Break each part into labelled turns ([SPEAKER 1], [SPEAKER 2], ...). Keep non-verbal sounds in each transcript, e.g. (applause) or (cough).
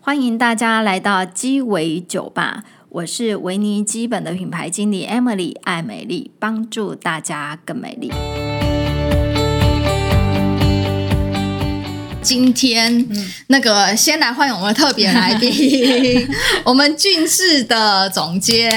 [SPEAKER 1] 欢迎大家来到鸡尾酒吧，我是维尼基本的品牌经理 Emily 艾美丽，帮助大家更美丽。
[SPEAKER 2] 今天、
[SPEAKER 3] 嗯
[SPEAKER 2] 那个先来欢迎我们的特别来
[SPEAKER 3] (laughs)
[SPEAKER 2] 宾，我们俊士的总监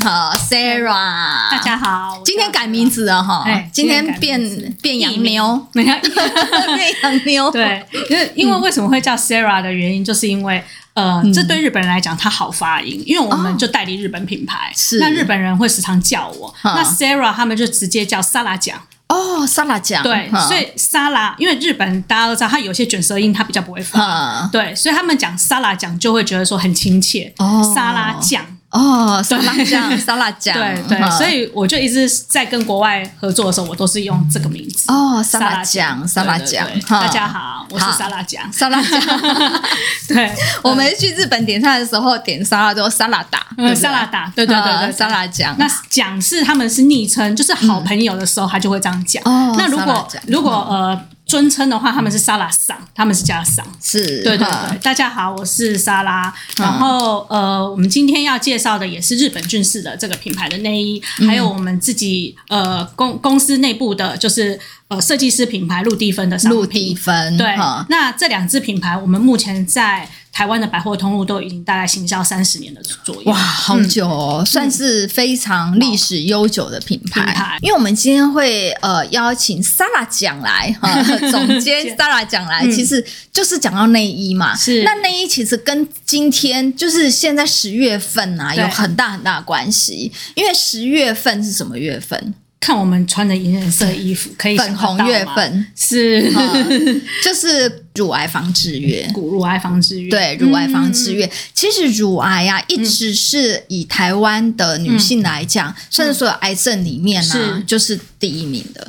[SPEAKER 2] 哈 Sarah，
[SPEAKER 3] 大家好，
[SPEAKER 2] 今天改名字了哈
[SPEAKER 3] 哎，
[SPEAKER 2] 今天
[SPEAKER 3] 今天改名字
[SPEAKER 2] 变变洋
[SPEAKER 3] (laughs)
[SPEAKER 2] 妞，
[SPEAKER 3] 没有，
[SPEAKER 2] (laughs) 变洋妞， (laughs)
[SPEAKER 3] 对，因为因为为什么会叫 Sarah 的原因，就是因为呃，
[SPEAKER 2] 嗯
[SPEAKER 3] 这对日本人来讲它好发音，因为我们就代理日本品牌，
[SPEAKER 2] 哦是
[SPEAKER 3] 那日本人会时常叫我，
[SPEAKER 2] 嗯
[SPEAKER 3] 那 Sarah 他们就直接叫 Sara 酱，
[SPEAKER 2] 哦，沙拉酱，
[SPEAKER 3] 对，
[SPEAKER 2] 哈
[SPEAKER 3] 所以 Sara 因为日本大家都知道，它有些卷舌音它比较不会发。
[SPEAKER 2] 哈
[SPEAKER 3] 对，所以他们讲沙拉酱就会觉得说很亲切，
[SPEAKER 2] 哦
[SPEAKER 3] 沙拉酱，
[SPEAKER 2] 哦，沙拉酱，沙拉酱，
[SPEAKER 3] 对对，
[SPEAKER 2] 哈
[SPEAKER 3] 所以我就一直在跟国外合作的时候，我都是用这个名字。
[SPEAKER 2] 哦，沙拉酱，沙拉
[SPEAKER 3] 对对
[SPEAKER 2] 酱
[SPEAKER 3] 对，
[SPEAKER 2] 哈
[SPEAKER 3] 大家，好，我是
[SPEAKER 2] 好
[SPEAKER 3] 沙拉
[SPEAKER 2] (laughs)
[SPEAKER 3] 酱。
[SPEAKER 2] 沙拉
[SPEAKER 3] (laughs)
[SPEAKER 2] 酱。
[SPEAKER 3] 对，
[SPEAKER 2] 我们去日本点菜的时候点沙拉都沙拉达，对不
[SPEAKER 3] 嗯，
[SPEAKER 2] 对
[SPEAKER 3] 沙拉达，对对对
[SPEAKER 2] 呃
[SPEAKER 3] 对，
[SPEAKER 2] 沙拉酱。
[SPEAKER 3] 那讲是他们是昵称，就是好朋友的时候，他就会这样讲。
[SPEAKER 2] 哦
[SPEAKER 3] 那如
[SPEAKER 2] 沙拉
[SPEAKER 3] 果
[SPEAKER 2] 酱嗯
[SPEAKER 3] 如果呃尊称的话，他们是沙拉桑，他们是加桑。
[SPEAKER 2] 是，
[SPEAKER 3] 对对
[SPEAKER 2] 哈
[SPEAKER 3] 对，大家好，我是莎拉。然后
[SPEAKER 2] 嗯
[SPEAKER 3] 呃，我们今天要介绍的也是日本俊士的这个品牌的内衣，
[SPEAKER 2] 嗯
[SPEAKER 3] 还有我们自己呃公公司内部的，就是呃设计师品牌陆地分的商品。
[SPEAKER 2] 陆地分，
[SPEAKER 3] 对
[SPEAKER 2] 哈，
[SPEAKER 3] 那这两支品牌，我们目前在台湾的百货通路都已经大概行销三十年的左右。
[SPEAKER 2] 哇，好久哦，算是非常历史悠久的品牌。
[SPEAKER 3] 嗯品牌
[SPEAKER 2] 因为我们今天会呃邀请 s a r a 讲来哈，
[SPEAKER 3] (laughs)
[SPEAKER 2] 总监 s a r a 讲来，其实就是讲到内衣嘛。
[SPEAKER 3] 嗯是
[SPEAKER 2] 那内衣其实跟今天就是现在十月份啊
[SPEAKER 3] 对
[SPEAKER 2] 有很大很大的关系，因为十月份是什么月份？
[SPEAKER 3] 看我们穿的颜色衣服，可以想
[SPEAKER 2] 粉
[SPEAKER 3] 得到
[SPEAKER 2] 红
[SPEAKER 3] 吗
[SPEAKER 2] 月份。嗯
[SPEAKER 3] 是、 (laughs)
[SPEAKER 2] 就是乳癌防治月。
[SPEAKER 3] 骨乳癌防治月，
[SPEAKER 2] 对乳癌
[SPEAKER 3] 嗯
[SPEAKER 2] 防治月，其实乳癌啊，一直是以台湾的女性来讲，甚至所有癌症里面呢、
[SPEAKER 3] 嗯是
[SPEAKER 2] 就是第一名的。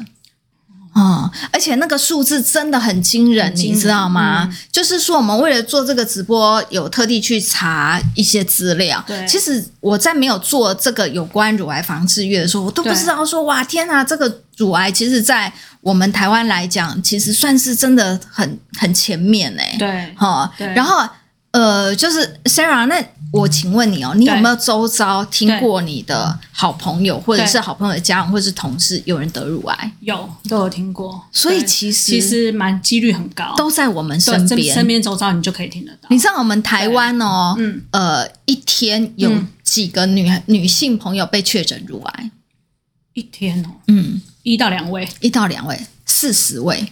[SPEAKER 2] 哦，而且那个数字真的很惊人，
[SPEAKER 3] 惊
[SPEAKER 2] 你
[SPEAKER 3] 人嗯
[SPEAKER 2] 知道吗？就是说，我们为了做这个直播，有特地去查一些资料。
[SPEAKER 3] 对
[SPEAKER 2] 其实我在没有做这个有关乳癌防治月的时候，我都不
[SPEAKER 3] 对
[SPEAKER 2] 知道说，哇，天啊，这个乳癌其实在我们台湾来讲，其实算是真的很很前面哎、
[SPEAKER 3] 对
[SPEAKER 2] 哈、
[SPEAKER 3] 对
[SPEAKER 2] 然后呃，就是 Sarah，那我请问你哦，你有
[SPEAKER 3] 对
[SPEAKER 2] 没有周遭听过你的好朋友，或者
[SPEAKER 3] 对
[SPEAKER 2] 是好朋友的家人，或者是同事有人得乳癌？
[SPEAKER 3] 有都有听过，
[SPEAKER 2] 所以
[SPEAKER 3] 对
[SPEAKER 2] 其实
[SPEAKER 3] 其实蛮几率很高，
[SPEAKER 2] 都在我们
[SPEAKER 3] 对
[SPEAKER 2] 身
[SPEAKER 3] 身
[SPEAKER 2] 边
[SPEAKER 3] 身。边周遭你就可以听得到
[SPEAKER 2] 你。知道我们台湾哦，
[SPEAKER 3] 嗯
[SPEAKER 2] 呃，一天有
[SPEAKER 3] 嗯
[SPEAKER 2] 几个女、女性朋友被确诊乳癌？
[SPEAKER 3] 一天哦，
[SPEAKER 2] 嗯，
[SPEAKER 3] 一到两位，
[SPEAKER 2] 一到两位，四十位，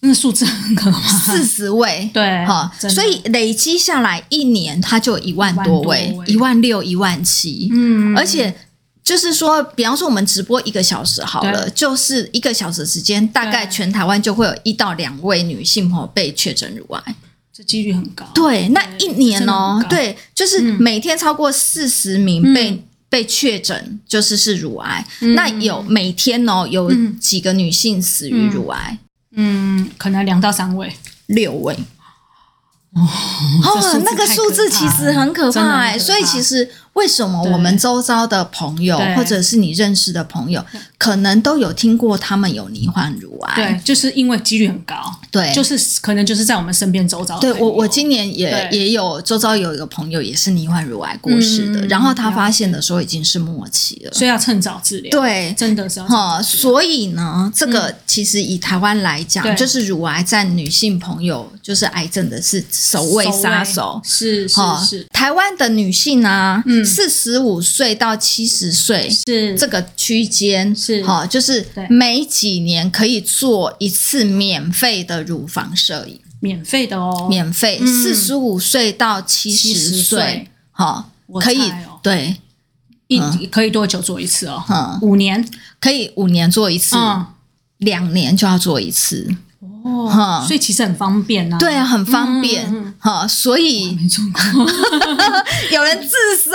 [SPEAKER 3] 那数字很可怕。
[SPEAKER 2] 四十位。
[SPEAKER 3] 啊对，
[SPEAKER 2] 哈，
[SPEAKER 3] 真的
[SPEAKER 2] 所以累积下来一年，它就有一万多
[SPEAKER 3] 一万
[SPEAKER 2] 位
[SPEAKER 3] 多，位
[SPEAKER 2] 一万六、一万七，
[SPEAKER 3] 嗯，
[SPEAKER 2] 而且就是说，比方说我们直播一个小时好了，
[SPEAKER 3] 对
[SPEAKER 2] 就是一个小时时间，大概
[SPEAKER 3] 对
[SPEAKER 2] 全台湾就会有一到两位女性朋友被确诊乳癌。
[SPEAKER 3] 这几率很高。
[SPEAKER 2] 对，那一年
[SPEAKER 3] 哦真的
[SPEAKER 2] 哦
[SPEAKER 3] 很，高嗯
[SPEAKER 2] 对，就是每天超过四十名被、被确诊，就是是乳癌。那有每天哦，有
[SPEAKER 3] 嗯
[SPEAKER 2] 几个女性死于乳癌？
[SPEAKER 3] 嗯，可能两到三位。
[SPEAKER 2] 六位。
[SPEAKER 3] 这
[SPEAKER 2] 哦
[SPEAKER 3] 数字，
[SPEAKER 2] 那个
[SPEAKER 3] 太
[SPEAKER 2] 数
[SPEAKER 3] 可
[SPEAKER 2] 字
[SPEAKER 3] 怕
[SPEAKER 2] 其实
[SPEAKER 3] 了
[SPEAKER 2] 很可
[SPEAKER 3] 真的
[SPEAKER 2] 怕
[SPEAKER 3] 很
[SPEAKER 2] 哎、
[SPEAKER 3] 可
[SPEAKER 2] 所以
[SPEAKER 3] 怕
[SPEAKER 2] 其实为什么我们
[SPEAKER 3] 对
[SPEAKER 2] 周遭的朋友
[SPEAKER 3] 对
[SPEAKER 2] 或者是你认识的朋友，可能都有听过他们有罹患乳癌？
[SPEAKER 3] 对，就是因为几率很高，
[SPEAKER 2] 对，
[SPEAKER 3] 就是可能就是在我们身边周遭的
[SPEAKER 2] 哎对
[SPEAKER 3] 朋友。
[SPEAKER 2] 我我今年也
[SPEAKER 3] 对
[SPEAKER 2] 也有周遭有一个朋友也是罹患乳癌过世的，
[SPEAKER 3] 嗯
[SPEAKER 2] 然后他
[SPEAKER 3] 了解
[SPEAKER 2] 发现的时候已经是末期了。
[SPEAKER 3] 所以要趁早治疗。，
[SPEAKER 2] 对，
[SPEAKER 3] 真的是要趁
[SPEAKER 2] 哈、
[SPEAKER 3] 早治疗
[SPEAKER 2] 所以呢，这个其实以台湾来讲，
[SPEAKER 3] 嗯对
[SPEAKER 2] 就是乳癌占女性朋友就是癌症的是首位杀手。
[SPEAKER 3] 是是
[SPEAKER 2] 哈
[SPEAKER 3] 是
[SPEAKER 2] 台湾的女性啊，
[SPEAKER 3] 嗯
[SPEAKER 2] 四十五岁到七十岁
[SPEAKER 3] 是
[SPEAKER 2] 这个区间
[SPEAKER 3] 是
[SPEAKER 2] 哈、就是
[SPEAKER 3] 对
[SPEAKER 2] 每几年可以做一次免费的乳房摄影，
[SPEAKER 3] 免费的哦，
[SPEAKER 2] 免费，
[SPEAKER 3] 嗯
[SPEAKER 2] 四十五岁到七十
[SPEAKER 3] 70
[SPEAKER 2] 岁
[SPEAKER 3] 岁，
[SPEAKER 2] 哈、
[SPEAKER 3] 我
[SPEAKER 2] 可以嗯
[SPEAKER 3] 猜哦
[SPEAKER 2] 对，
[SPEAKER 3] 一、可以多久做一次哦？
[SPEAKER 2] 嗯
[SPEAKER 3] 五年，
[SPEAKER 2] 可以五年做一次，
[SPEAKER 3] 嗯，
[SPEAKER 2] 两年就要做一次。
[SPEAKER 3] 哦，所以其实很方便呐、
[SPEAKER 2] 对啊，很方便
[SPEAKER 3] 嗯
[SPEAKER 2] 哈、所
[SPEAKER 3] (laughs)
[SPEAKER 2] 以
[SPEAKER 3] 没做过，
[SPEAKER 2] 有人 (laughs) 自首，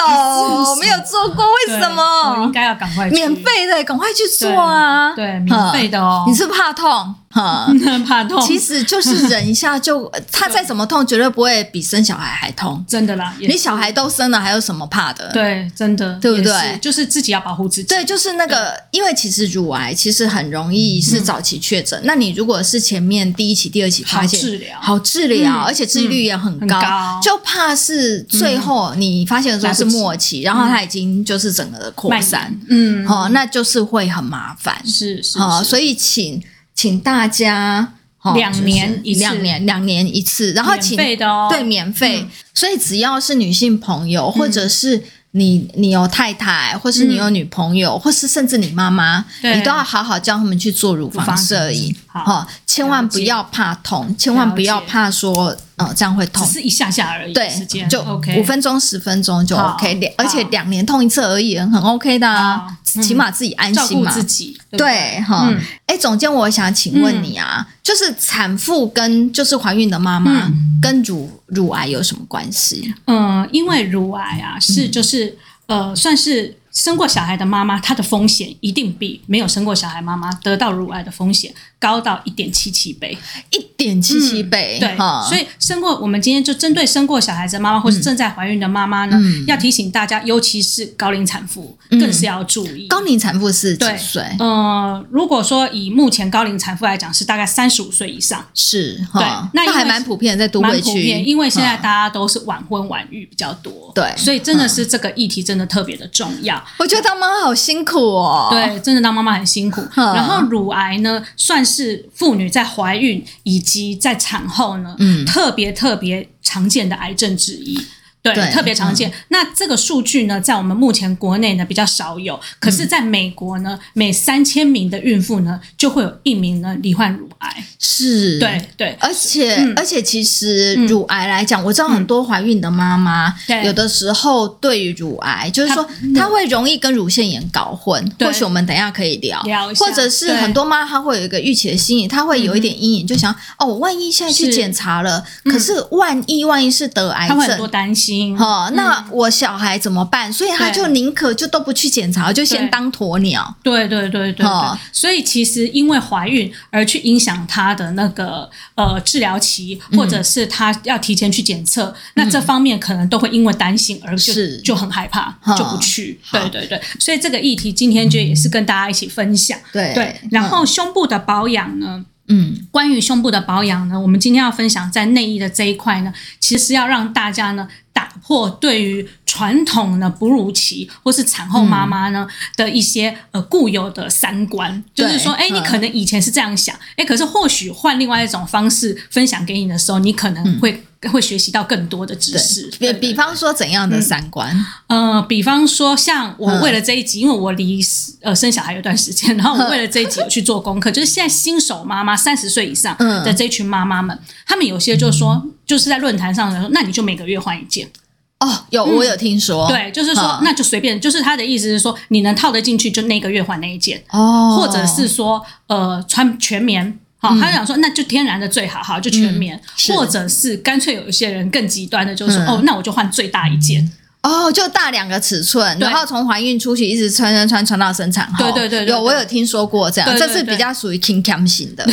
[SPEAKER 2] 没有做过， (laughs) 为
[SPEAKER 3] 对
[SPEAKER 2] 什
[SPEAKER 3] 我应
[SPEAKER 2] 么？
[SPEAKER 3] 该要赶快去
[SPEAKER 2] 免费的，赶快去做啊！
[SPEAKER 3] 对，免费的哦。哦
[SPEAKER 2] 你是不怕痛？哈、
[SPEAKER 3] (laughs) 怕痛，
[SPEAKER 2] 其实就是忍一下
[SPEAKER 3] (laughs)
[SPEAKER 2] 就，他再怎么痛，绝对不会比生小孩还痛。
[SPEAKER 3] 真的啦，也
[SPEAKER 2] 你小孩都生了，还有什么怕的？
[SPEAKER 3] 对，真的，
[SPEAKER 2] 对不
[SPEAKER 3] 也是
[SPEAKER 2] 对
[SPEAKER 3] 就是自己要保护自己。
[SPEAKER 2] 对，就是那个，因为其实乳癌其实很容易是早期确诊。那你如果是前面第一期、第二期发现，
[SPEAKER 3] 嗯好治疗
[SPEAKER 2] 好治疗，
[SPEAKER 3] 嗯
[SPEAKER 2] 而且治愈率也很高，
[SPEAKER 3] 嗯很高
[SPEAKER 2] 就怕是最后你发现的时候是末期，然后它已经就是整个的扩
[SPEAKER 3] 慢
[SPEAKER 2] 散
[SPEAKER 3] 散，，嗯，
[SPEAKER 2] 哦，那就是会很麻烦。
[SPEAKER 3] 是是
[SPEAKER 2] 啊、
[SPEAKER 3] 是
[SPEAKER 2] 所以请请大家。哦
[SPEAKER 3] 两
[SPEAKER 2] 就是
[SPEAKER 3] 年一次
[SPEAKER 2] 两年，两年一次，然后请
[SPEAKER 3] 免费的哦
[SPEAKER 2] 对，免费。所以只要是女性朋友，
[SPEAKER 3] 嗯
[SPEAKER 2] 或者是你你有太太，或是你有女朋友，或是甚至你妈妈，
[SPEAKER 3] 嗯对
[SPEAKER 2] 你都要好好叫他们去做乳
[SPEAKER 3] 乳
[SPEAKER 2] 房
[SPEAKER 3] 房
[SPEAKER 2] 摄影，
[SPEAKER 3] 好
[SPEAKER 2] 哦，千万不要怕痛，千万不要怕说呃这样会痛
[SPEAKER 3] 只。是一下下而已，
[SPEAKER 2] 对
[SPEAKER 3] 时，间
[SPEAKER 2] 就
[SPEAKER 3] OK，
[SPEAKER 2] 五分钟、十分钟就
[SPEAKER 3] 好
[SPEAKER 2] OK，两
[SPEAKER 3] 好
[SPEAKER 2] 而且两年痛一次而已，很 OK 的啊
[SPEAKER 3] 好，嗯
[SPEAKER 2] 起码自己安
[SPEAKER 3] 照
[SPEAKER 2] 心
[SPEAKER 3] 顾
[SPEAKER 2] 嘛。
[SPEAKER 3] 自己，对不对
[SPEAKER 2] 对哈，哎、
[SPEAKER 3] 嗯
[SPEAKER 2] 总监，我想请问你啊，就是产妇跟就是怀孕的妈妈、跟乳乳癌有什么关系？
[SPEAKER 3] 嗯，因为乳癌
[SPEAKER 2] 嗯
[SPEAKER 3] 啊是就是、呃，算是生过小孩的妈妈，她的风险一定比没有生过小孩妈妈得到乳癌的风险高到一点七七倍。
[SPEAKER 2] 一点七七倍，
[SPEAKER 3] 嗯对
[SPEAKER 2] 哈，，嗯
[SPEAKER 3] 所以生过我们今天就针对生过小孩子的妈妈或是正在怀孕的妈妈呢，要提醒大家，尤其是高龄产妇，更是要注意。
[SPEAKER 2] 嗯高龄产妇是几
[SPEAKER 3] 对
[SPEAKER 2] 岁？
[SPEAKER 3] 呃，如果说以目前高龄产妇来讲，是大概三十五岁以上，
[SPEAKER 2] 是哈，
[SPEAKER 3] 对那因为
[SPEAKER 2] 还蛮普遍的，在都
[SPEAKER 3] 蛮
[SPEAKER 2] 会
[SPEAKER 3] 普
[SPEAKER 2] 区，
[SPEAKER 3] 遍，因为现在
[SPEAKER 2] 哈
[SPEAKER 3] 大家都是晚婚晚育比较多，
[SPEAKER 2] 对
[SPEAKER 3] 所以真的是这个议题真的特别的重要。
[SPEAKER 2] 我觉得当妈妈好辛苦哦，，
[SPEAKER 3] 对，真的当妈妈很辛苦。
[SPEAKER 2] 嗯
[SPEAKER 3] 然后乳癌呢，算是妇女在怀孕以及在产后呢，
[SPEAKER 2] 嗯
[SPEAKER 3] 特别特别常见的癌症之一。对，
[SPEAKER 2] 对嗯
[SPEAKER 3] 特别常见。那这个数据呢，在我们目前国内呢比较少有，可
[SPEAKER 2] 嗯
[SPEAKER 3] 是在美国呢，每三千名的孕妇呢，就会有一名呢罹患乳癌。
[SPEAKER 2] 是，
[SPEAKER 3] 对嗯对，
[SPEAKER 2] 而且、而且，其实乳癌来讲，我知道很多怀孕的妈妈，
[SPEAKER 3] 对
[SPEAKER 2] 有的时候对于乳癌，就是说
[SPEAKER 3] 她嗯
[SPEAKER 2] 她会容易跟乳腺炎搞混。
[SPEAKER 3] 对
[SPEAKER 2] 或许我们等一下可以聊，
[SPEAKER 3] 聊一
[SPEAKER 2] 哦
[SPEAKER 3] 下
[SPEAKER 2] 或者是
[SPEAKER 3] 对嗯
[SPEAKER 2] 很多妈妈她会有一个预期的心理，她会有一点阴影，就想哦，我万一现在去
[SPEAKER 3] 是嗯
[SPEAKER 2] 检查了，可是万一万一是得癌
[SPEAKER 3] 她会很
[SPEAKER 2] 症
[SPEAKER 3] 多。担心。
[SPEAKER 2] 哦，那我小孩怎么办？所以她
[SPEAKER 3] 对
[SPEAKER 2] 就宁可就都不去检查，就先
[SPEAKER 3] 对
[SPEAKER 2] 当鸵鸟。
[SPEAKER 3] 对对对对对，
[SPEAKER 2] 哦
[SPEAKER 3] 所以其实因为怀孕而去影响她的那个呃治疗期，或者是她要提前去检测，那这方面可能都会因为担心而就是就很害怕
[SPEAKER 2] 哦，
[SPEAKER 3] 就不去。
[SPEAKER 2] 好
[SPEAKER 3] 对对对，所以这个议题今天就也是跟大家一起分享。
[SPEAKER 2] 对
[SPEAKER 3] 对，然后胸部的保养呢？
[SPEAKER 2] 嗯，
[SPEAKER 3] 关于胸部的保养呢，我们今天要分享在内衣的这一块呢，其实要让大家呢打破对于传统的哺乳期或是产后妈妈呢、的一些呃固有的三观，
[SPEAKER 2] 对
[SPEAKER 3] 就是说，哎，
[SPEAKER 2] 嗯
[SPEAKER 3] 你可能以前是这样想，哎、可是或许换另外一种方式分享给你的时候，你可能会、会学习到更多的嗯知
[SPEAKER 2] 嗯对
[SPEAKER 3] 识。，
[SPEAKER 2] 比
[SPEAKER 3] 对
[SPEAKER 2] 比方说怎样的三观？
[SPEAKER 3] 呃，比方说像我
[SPEAKER 2] 嗯
[SPEAKER 3] 为了这一集，因为我离呃生小孩有段时间，然后我为了这一集有去做
[SPEAKER 2] (laughs)
[SPEAKER 3] 功课，就是现在新手妈妈三十岁以上
[SPEAKER 2] 嗯
[SPEAKER 3] 的这群妈妈们，她们有些就说，就是在论坛上的人说，那你就每个月换一件，
[SPEAKER 2] 哦，有我有听说，
[SPEAKER 3] 嗯对，就是说
[SPEAKER 2] 嗯
[SPEAKER 3] 那就随便，就是她的意思是说，你能套得进去就那个月换那一件，
[SPEAKER 2] 哦，
[SPEAKER 3] 或者是说呃穿全棉。好，他就想说，那就天然的最好，好就全棉，
[SPEAKER 2] 嗯是
[SPEAKER 3] 或者是干脆有一些人更极端的，就是说，
[SPEAKER 2] 嗯
[SPEAKER 3] 哦，那我就换最大一件，
[SPEAKER 2] 哦，就大两个尺寸，
[SPEAKER 3] 对
[SPEAKER 2] 然后从怀孕初期一直穿穿穿穿到生产后。
[SPEAKER 3] 对对对对对
[SPEAKER 2] 有我有听说过这样，
[SPEAKER 3] 对
[SPEAKER 2] 这
[SPEAKER 3] 对
[SPEAKER 2] 是比较属于 king cam 型的，
[SPEAKER 3] (laughs)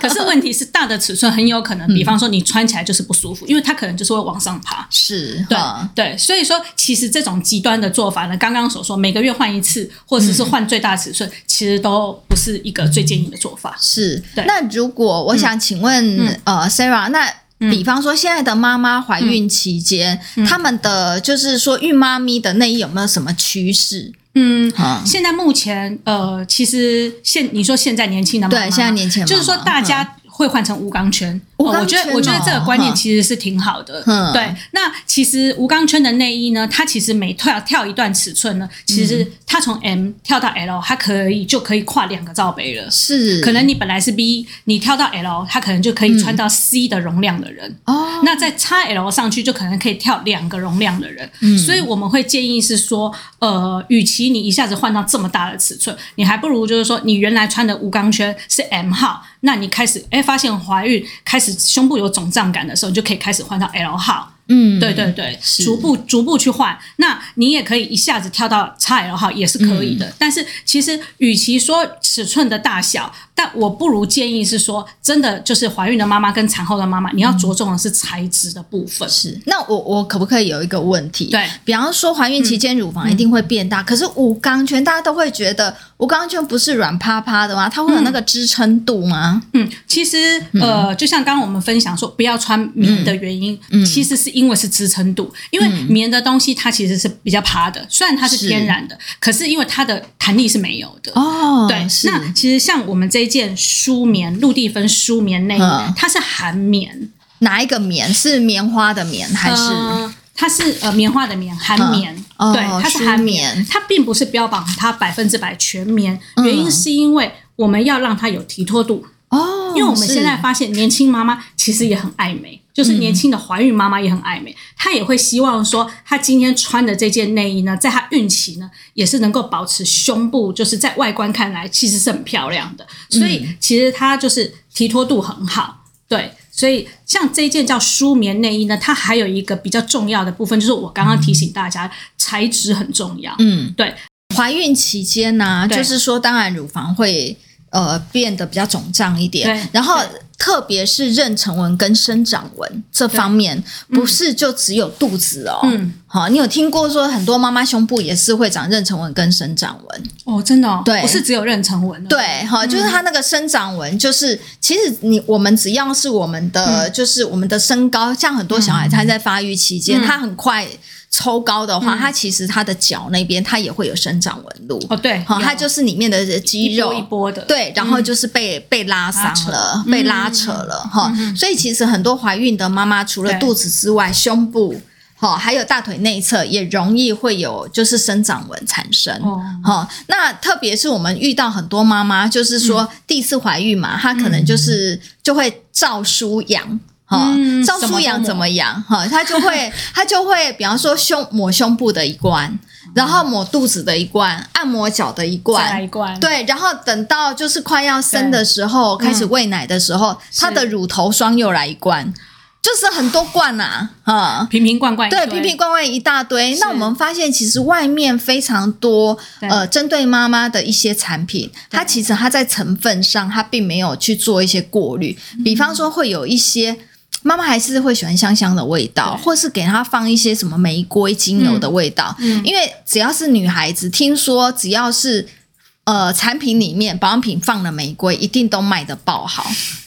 [SPEAKER 3] 可是问题是，大的尺寸很有可能，比方说你穿起来就是不舒服，因为它可能就是会往上爬。
[SPEAKER 2] 是
[SPEAKER 3] 对
[SPEAKER 2] 哈
[SPEAKER 3] 对，所以说其实这种极端的做法呢，刚刚所说每个月换一次，或者是换最大尺寸，其实都不是一个最建议的做法。
[SPEAKER 2] 是。
[SPEAKER 3] 对嗯
[SPEAKER 2] 那如果我想请问、呃 Sarah，那比方说现在的妈妈怀孕期间，
[SPEAKER 3] 嗯
[SPEAKER 2] 她们的就是说孕妈咪的内衣有没有什么趋势？
[SPEAKER 3] 嗯，
[SPEAKER 2] 啊、
[SPEAKER 3] 现在目前呃，其实现你说现在年轻的妈妈
[SPEAKER 2] 对，现在年轻的妈哎妈
[SPEAKER 3] 就是说大家会换成无钢圈。
[SPEAKER 2] 无钢
[SPEAKER 3] 我觉
[SPEAKER 2] 圈
[SPEAKER 3] 得我觉得
[SPEAKER 2] 哦
[SPEAKER 3] 这个观念
[SPEAKER 2] 嗯
[SPEAKER 3] 其实是挺好的。
[SPEAKER 2] 嗯
[SPEAKER 3] 对，那其实无钢圈的内衣呢，它其实每跳跳一段尺寸呢，
[SPEAKER 2] 嗯
[SPEAKER 3] 其实它从 M 跳到 L，它可以就可以跨两个罩杯了。
[SPEAKER 2] 嗯是
[SPEAKER 3] 可能你本来是 B，你跳到 L，它可能就可以穿到 C 的容量的人。
[SPEAKER 2] 哦，
[SPEAKER 3] 那在 XL 上去就可能可以跳两个容量的人，所以我们会建议是说，呃，与其你一下子换到这么大的尺寸，你还不如就是说，你原来穿的无钢圈是 M 号，那你开始哎发现怀孕开始胸部有肿胀感的时候，你就可以开始换到 L 号。
[SPEAKER 2] 嗯，
[SPEAKER 3] 对对对，逐步逐步去换。那你也可以一下子跳到 XL 号也是可以的，但是其实与其说尺寸的大小，但我不如建议是说，真的就是怀孕的妈妈跟产后的妈妈，你要着重的是材质的部分。
[SPEAKER 2] 是，那我我可不可以有一个问题？
[SPEAKER 3] 对嗯
[SPEAKER 2] 比方说怀孕期间乳房一定会变大，可是无钢圈大家都会觉得无钢圈不是软趴趴的吗？它会有那个支撑度吗？
[SPEAKER 3] 嗯，其实呃，就像刚刚我们分享说，不要穿棉的原因，其实是因为是支撑度，因为棉的东西它其实是比较趴的，虽然它是
[SPEAKER 2] 是
[SPEAKER 3] 天然的，可是因为它的弹力是没有的。
[SPEAKER 2] 哦
[SPEAKER 3] 对，
[SPEAKER 2] 是
[SPEAKER 3] 那其实像我们这一件舒棉陆地分舒棉内衣
[SPEAKER 2] 嗯，
[SPEAKER 3] 它是含棉，
[SPEAKER 2] 哪一个棉？是棉花的棉还是？
[SPEAKER 3] 呃它是呃棉花的棉，含棉，
[SPEAKER 2] 嗯
[SPEAKER 3] 对
[SPEAKER 2] 哦，
[SPEAKER 3] 它是含
[SPEAKER 2] 舒棉
[SPEAKER 3] 它并不是标榜它百分之百全棉，
[SPEAKER 2] 嗯
[SPEAKER 3] 原因是因为我们要让它有提托度，
[SPEAKER 2] 哦，
[SPEAKER 3] 因为我们
[SPEAKER 2] 是嗯
[SPEAKER 3] 现在发现，年轻妈妈其实也很爱美，就是年轻的怀孕妈妈也很爱美，她也会希望说，她今天穿的这件内衣呢，在她孕期呢，也是能够保持胸部，就是在外观看来其实是很漂亮的，
[SPEAKER 2] 嗯
[SPEAKER 3] 所以其实它就是提托度很好，对。所以，像这件叫舒棉内衣呢，它还有一个比较重要的部分，就是我刚刚提醒大家，材质很重要。
[SPEAKER 2] 嗯，
[SPEAKER 3] 对，
[SPEAKER 2] 怀孕期间呢、
[SPEAKER 3] 对
[SPEAKER 2] 就是说，当然乳房会呃变得比较肿胀一点
[SPEAKER 3] 对，
[SPEAKER 2] 然后特别是妊娠纹跟生长纹这方面，不是就只有肚子哦。
[SPEAKER 3] 嗯，
[SPEAKER 2] 好，你有听过说很多妈妈胸部也是会长妊娠纹跟生长纹？
[SPEAKER 3] 哦，真的、哦，
[SPEAKER 2] 对
[SPEAKER 3] 不是只有妊娠纹而已。
[SPEAKER 2] 对，哈，就是它那个生长纹，就是其实你我们只要是我们
[SPEAKER 3] 嗯
[SPEAKER 2] 的，就是我们的身高，像很多小孩他在发育期间，
[SPEAKER 3] 嗯
[SPEAKER 2] 他很快抽高的话，他其实他的脚那边他也会有生长纹路，
[SPEAKER 3] 哦，对，
[SPEAKER 2] 好，
[SPEAKER 3] 有
[SPEAKER 2] 它就是里面的肌
[SPEAKER 3] 一
[SPEAKER 2] 肉
[SPEAKER 3] 波一嗯波的。
[SPEAKER 2] 对，然后就是被、被拉伤了，被拉扯了哈、所以其实很多怀孕的妈妈，除了
[SPEAKER 3] 嗯对
[SPEAKER 2] 肚子之外，胸部哈、还有大腿内侧也容易会有就是生长纹产生。
[SPEAKER 3] 哦
[SPEAKER 2] 哈，那特别是我们遇到很多妈妈，就是
[SPEAKER 3] 嗯
[SPEAKER 2] 说第一次怀孕嘛，她可能就是就会照书养。哈，
[SPEAKER 3] 嗯
[SPEAKER 2] 照
[SPEAKER 3] 什么
[SPEAKER 2] 书
[SPEAKER 3] 都
[SPEAKER 2] 养
[SPEAKER 3] 抹
[SPEAKER 2] 怎么养？哈，她就
[SPEAKER 3] (laughs)
[SPEAKER 2] 会她就会，比方说胸抹胸部的一罐，然后抹肚子的一罐，按摩脚的一
[SPEAKER 3] 再来
[SPEAKER 2] 罐
[SPEAKER 3] 一，罐，
[SPEAKER 2] 对，然后等到就是快要生的时候，
[SPEAKER 3] 对
[SPEAKER 2] 开始喂奶的时
[SPEAKER 3] 嗯
[SPEAKER 2] 候，她的乳头霜又来一罐，就是很多罐呐、啊，嗯。
[SPEAKER 3] 瓶瓶罐罐一
[SPEAKER 2] 对，
[SPEAKER 3] 堆，
[SPEAKER 2] 瓶瓶罐罐一大堆。
[SPEAKER 3] 是
[SPEAKER 2] 那我们发现，其实外面非常多
[SPEAKER 3] 对
[SPEAKER 2] 呃，针对妈妈的一些产品，它其实它在成分上，它并没有去做一些过滤。
[SPEAKER 3] 嗯
[SPEAKER 2] 比方说，会有一些妈妈还是会喜欢香香的味道，
[SPEAKER 3] 对
[SPEAKER 2] 或是给她放一些什么玫瑰、精油的味道。
[SPEAKER 3] 嗯
[SPEAKER 2] 因为只要是女孩子，听说只要是。呃，产品里面保养品放了玫瑰，一定都卖的爆好。 (laughs)